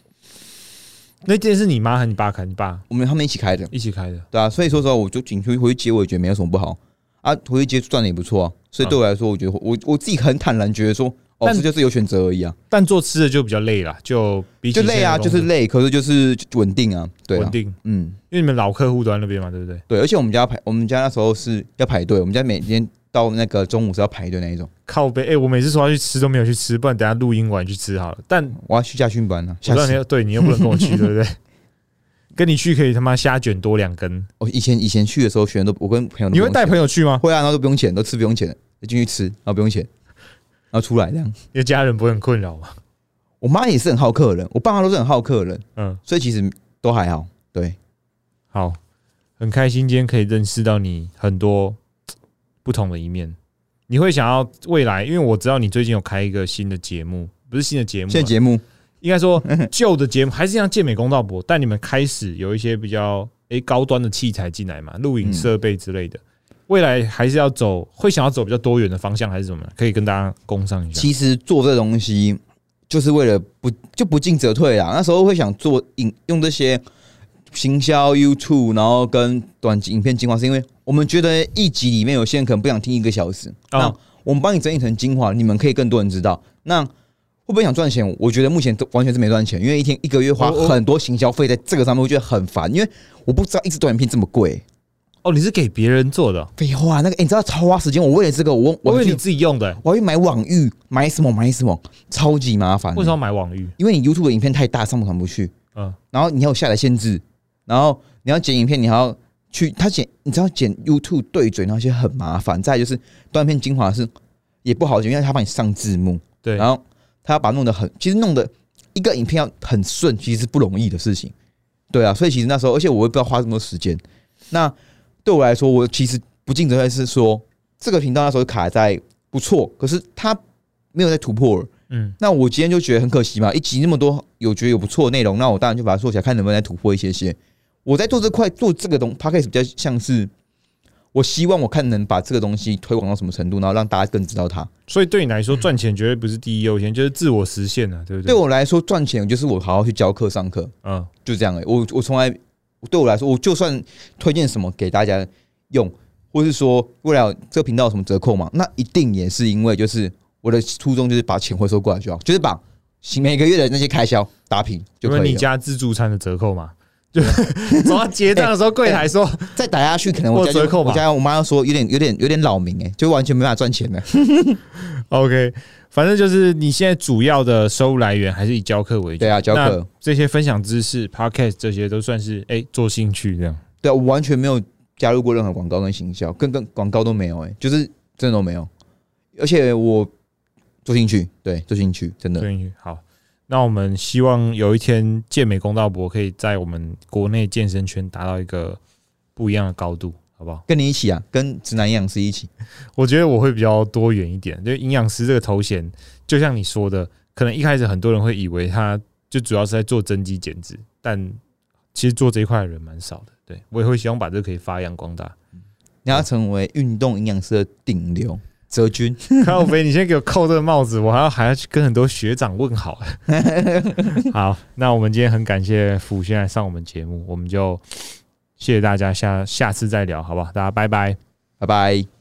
S2: 那店是你妈和你爸开，你爸
S1: 我们他们一起开的，
S2: 一起开的。
S1: 对啊，所以说实话，我就景区回去接，我也觉得没有什么不好啊，回去接赚的也不错啊，所
S2: 嗯
S1: 以对我来说，我觉得我我自己很坦然觉得说，哦，
S2: 但
S1: 这就是有选择而已啊，
S2: 但做吃的就比较累啦，就比起
S1: 就累啊，
S2: 现在的
S1: 就
S2: 工
S1: 是
S2: 作
S1: 累，可是就是稳定啊，对
S2: 稳
S1: 啊，
S2: 定，
S1: 嗯，
S2: 因为你们老客户都在那边嘛，对不对？
S1: 对，而且我们家排，我们家那时候是要排队，我们家每天到那个中午是要排队那一种，
S2: 靠背，哎、我每次说要去吃都没有去吃，不然等下录音完去吃好了。但我
S1: 我要去家训班啊，
S2: 知
S1: 下
S2: 道你
S1: 次
S2: 要对你又不能跟我去，对不对？跟你去可以他妈虾卷多两 根，
S1: 我哦以前以前去的时候，学生都我跟朋友都
S2: 你
S1: 不
S2: 会
S1: 用
S2: 带
S1: 钱
S2: 朋友去吗？
S1: 会啊，然后都不用钱，都吃不用钱，就进去吃，然后不用钱，然后出来这样。
S2: 你的家人不会很困扰吗？
S1: 我妈也是很好客的人，我爸妈都是很好客的人，
S2: 嗯，
S1: 所以其实都还好。对，
S2: 好，很开心今天可以认识到你很多不同的一面。你会想要未来，因为我知道你最近有开一个新的节目，不是新的节目啊，
S1: 现在节目
S2: 应 该说旧的节目还是像健美公道博，但你们开始有一些比较诶、高端的器材进来嘛，录影
S1: 嗯
S2: 设备之类的。未来还是要走，会想要走比较多元的方向，还是怎么样？可以跟大家供上一下。
S1: 其实做这东西就是为了不就不进则退啦。那时候会想做影用这些行销 YouTube，然后跟短影片精华，是因为我们觉得一集里面有些人可能不想听一个小时，
S2: 哦
S1: 那我们帮你整理成精华，你们可以更多人知道。那会不会想赚钱？我觉得目前都完全是没赚钱，因为一天一个月花
S2: 我我
S1: 很多行销费在这个上面，我觉得很烦，因为我不知道一支短影片这么贵。
S2: 哦，你是给别人做的哦、
S1: 废话，那个、欸你知道超花时间，我为了这个，我嗯
S2: 我
S1: 我
S2: 以为
S1: 去
S2: 你自己用的、
S1: 我要去买网域，买什么买什么，超级麻烦。
S2: 为什么要买网域？
S1: 因为你 YouTube 的影片太大，上传不去，
S2: 嗯，
S1: 然后你还有下载限制，然后你要剪影片，你还要去他剪，你知道剪 YouTube 对嘴那些很麻烦。再来就是断片精华是也不好剪，因为他帮你上字幕，
S2: 对
S1: 然后他要把它弄得很，其实弄得一个影片要很顺，其实是不容易的事情。对啊，所以其实那时候，而且我也不知道花这么多时间。那对我来说，我其实不尽责任是说，这个频道那时候卡在不错，可是它没有在突破了。
S2: 嗯，
S1: 那我今天就觉得很可惜嘛，一集那么多有觉得有不错的内容，那我当然就把它做起来，看能不能再突破一些些。我在做这块做这个东 p a c k a g e 比较像是，我希望我看能把这个东西推广到什么程度，然后让大家更知道它。
S2: 所以对你 来说，赚钱绝对不是第一优先，就是自我实现啊，对不
S1: 对
S2: 对？
S1: 我来说，赚钱就是我好好去教课上课，
S2: 嗯，
S1: 就这样而已。我我从来对我来说，我就算推荐什么给大家用，或是说未来这个频道有什么折扣嘛，那一定也是因为就是我的初衷就是把钱回收过来就好，就是把每个月的那些开销打平就
S2: 因
S1: 可以了。
S2: 为你家自助餐的折 扣嘛，就走到结账的时候，柜台说
S1: 再打下去，可能我家就
S2: 或折扣吧
S1: 我家我妈要说有点有点有点扰民哎、就完全没办法赚钱 了。
S2: OK，反正就是你现在主要的收入来源还是以教课为主。
S1: 对啊，教
S2: 那
S1: 课，
S2: 这些分享知识、podcast 这些都算是哎、做兴趣这样。
S1: 对啊，我完全没有加入过任何广告跟行销，跟跟广告都没有哎、就是真的都没有。而且我做兴趣，对，做兴趣真的。
S2: 对，好，那我们希望有一天健美公道博可以在我们国内健身圈达到一个不一样的高度，好不好？
S1: 跟你一起啊，跟直男营养师一起，
S2: 我觉得我会比较多元一点，就营养师这个头衔，就像你说的，可能一开始很多人会以为他就主要是在做增肌减脂，但其实做这一块的人蛮少的。对我也会希望把这个可以发扬光大。
S1: 你要成为运动营养师的顶流哲君。
S2: 靠飞，你先给我扣这个帽子，我还要还要去跟很多学长问好。 好，那我们今天很感谢福先来上我们节目，我们就谢谢大家下下次再聊，好不好？大家拜拜。
S1: 拜拜。